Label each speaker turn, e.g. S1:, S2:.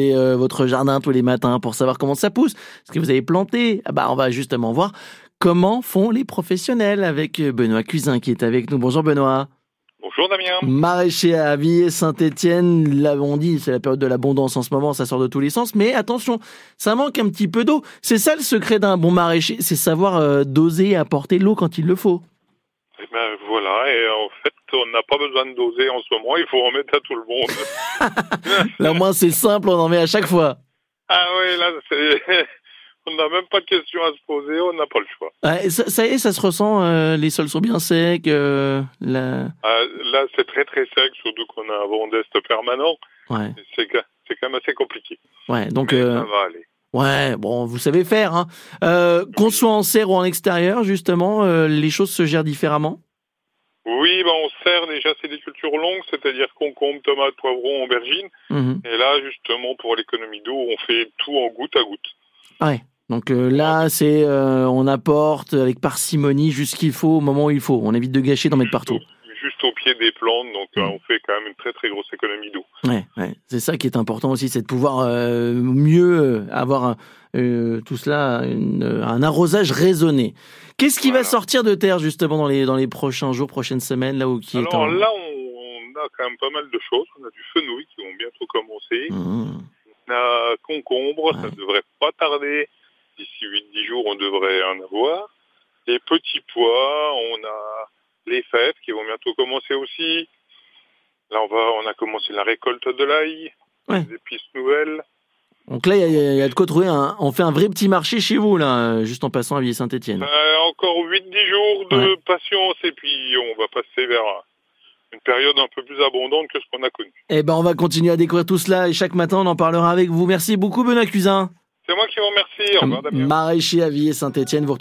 S1: euh, votre jardin tous les matins pour savoir comment ça pousse, ce que vous avez planté. Ah bah, on va justement voir comment font les professionnels avec euh, Benoît Cuisin qui est avec nous. Bonjour Benoît.
S2: Bonjour Damien.
S1: Mm. Maraîcher à Avier, Saint-Étienne, là on dit c'est la période de l'abondance en ce moment, ça sort de tous les sens, mais attention, ça manque un petit peu d'eau. C'est ça le secret d'un bon maraîcher, c'est savoir euh, doser et apporter l'eau quand il le faut.
S2: Eh ben voilà, et en fait on n'a pas besoin de doser en ce moment, il faut en mettre à tout le monde.
S1: là au moins c'est simple, on en met à chaque fois.
S2: Ah oui, là c'est... On n'a même pas de questions à se poser, on n'a pas le choix.
S1: Ah, et ça, ça y est, ça se ressent, euh, les sols sont bien secs. euh, la-
S2: Ah, là c'est très très sec, surtout qu'on a un vent d'est permanent.
S1: Ouais,
S2: C'est ca- c'est quand même assez compliqué.
S1: ouais. Donc,
S2: Mais
S1: euh,
S2: ça va aller.
S1: ouais, bon, vous savez faire. Hein. Euh, qu'on soit en serre ou en extérieur, justement, euh, les choses se gèrent différemment.
S2: Oui, ben on sert déjà, c'est des cultures longues, c'est-à-dire concombre, tomate, poivron, aubergine.
S1: Mhm.
S2: Et là, justement, pour l'économie d'eau, on fait tout en goutte à goutte.
S1: Donc euh, là, c'est euh, on apporte avec parcimonie juste ce qu'il faut au moment où il faut. On évite de gâcher, d'en mettre partout.
S2: Juste au pied des plantes, donc
S1: Mm.
S2: euh, on fait quand même une très très grosse économie d'eau.
S1: Ouais, ouais. C'est ça qui est important aussi, c'est de pouvoir euh, mieux euh, avoir euh, tout cela, une, euh, un arrosage raisonné. Qu'est-ce qui va
S2: Voilà.
S1: sortir de terre justement dans les, dans les prochains jours, prochaines semaines, là où qui est
S2: Alors
S1: en...
S2: là, on, on a quand même pas mal de choses. On a du fenouil qui vont bientôt commencer.
S1: Mmh.
S2: On a concombre,
S1: Ouais.
S2: ça devrait pas tarder. D'ici 8-10 jours, on devrait en avoir. Les petits pois, on a les fèves qui vont bientôt commencer aussi. Là, on va, on a commencé la récolte de l'ail,
S1: Ouais.
S2: des épices nouvelles.
S1: Donc là, il y, a- il y a de quoi trouver. un- on fait un vrai petit marché chez vous, là, euh, juste en passant à Villiers-Saint-Etienne.
S2: Euh, encore 8-10 jours de patience et puis on va passer vers un- une période un peu plus abondante que ce qu'on a connu.
S1: Eh ben, on va continuer à découvrir tout cela et chaque matin, on en parlera avec vous. Merci beaucoup, Benoît Cuisin.
S2: C'est moi qui vous remercie. Au revoir, Damien.
S1: Maraîcher à Villiers-Saint-Etienne, vous